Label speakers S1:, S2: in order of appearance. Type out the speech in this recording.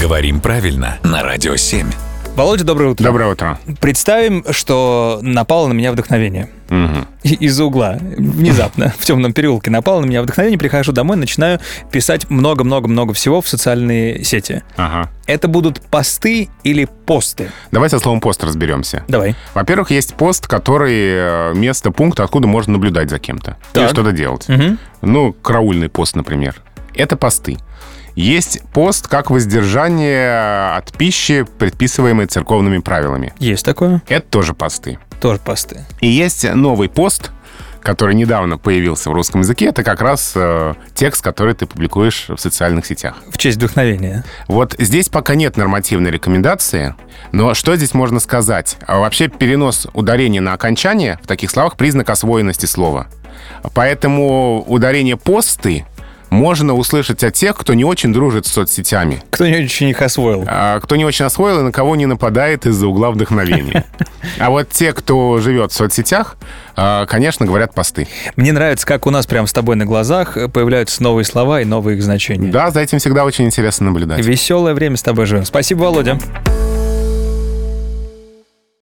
S1: Говорим правильно на радио 7.
S2: Володя, доброе утро.
S3: Доброе утро.
S2: Представим, что напало на меня вдохновение. И- Из-за угла, внезапно, в темном переулке напало на меня вдохновение, прихожу домой, начинаю писать много-много-много всего в социальные сети.
S3: Ага.
S2: Это будут посты или посты?
S3: Давай со словом пост разберемся.
S2: Давай.
S3: Во-первых, есть пост, который э, место, пункт, откуда можно наблюдать за кем-то
S2: Так.
S3: или что-то делать.
S2: Мгм.
S3: Ну, караульный пост, например. Это посты. Есть пост как воздержание от пищи, предписываемой церковными правилами.
S2: Есть такое.
S3: Это тоже посты.
S2: Тоже посты.
S3: И есть новый пост, который недавно появился в русском языке. Это как раз э, текст, который ты публикуешь в социальных сетях.
S2: В честь вдохновения.
S3: Вот здесь пока нет нормативной рекомендации, но что здесь можно сказать? А Вообще перенос ударения на окончание в таких словах признак освоенности слова. Поэтому ударение «посты» можно услышать от тех, кто не очень дружит с соцсетями,
S2: Кто-нибудь еще их освоил.
S3: а кто не очень освоил и на кого не нападает из-за угла вдохновения. А вот те, кто живет в соцсетях, а, конечно, говорят «посты».
S2: Мне нравится, как у нас прям с тобой на глазах э, появляются новые слова и новые их значения.
S3: Да, за этим всегда очень интересно наблюдать.
S2: Веселое время с тобой живем. Спасибо, Володя.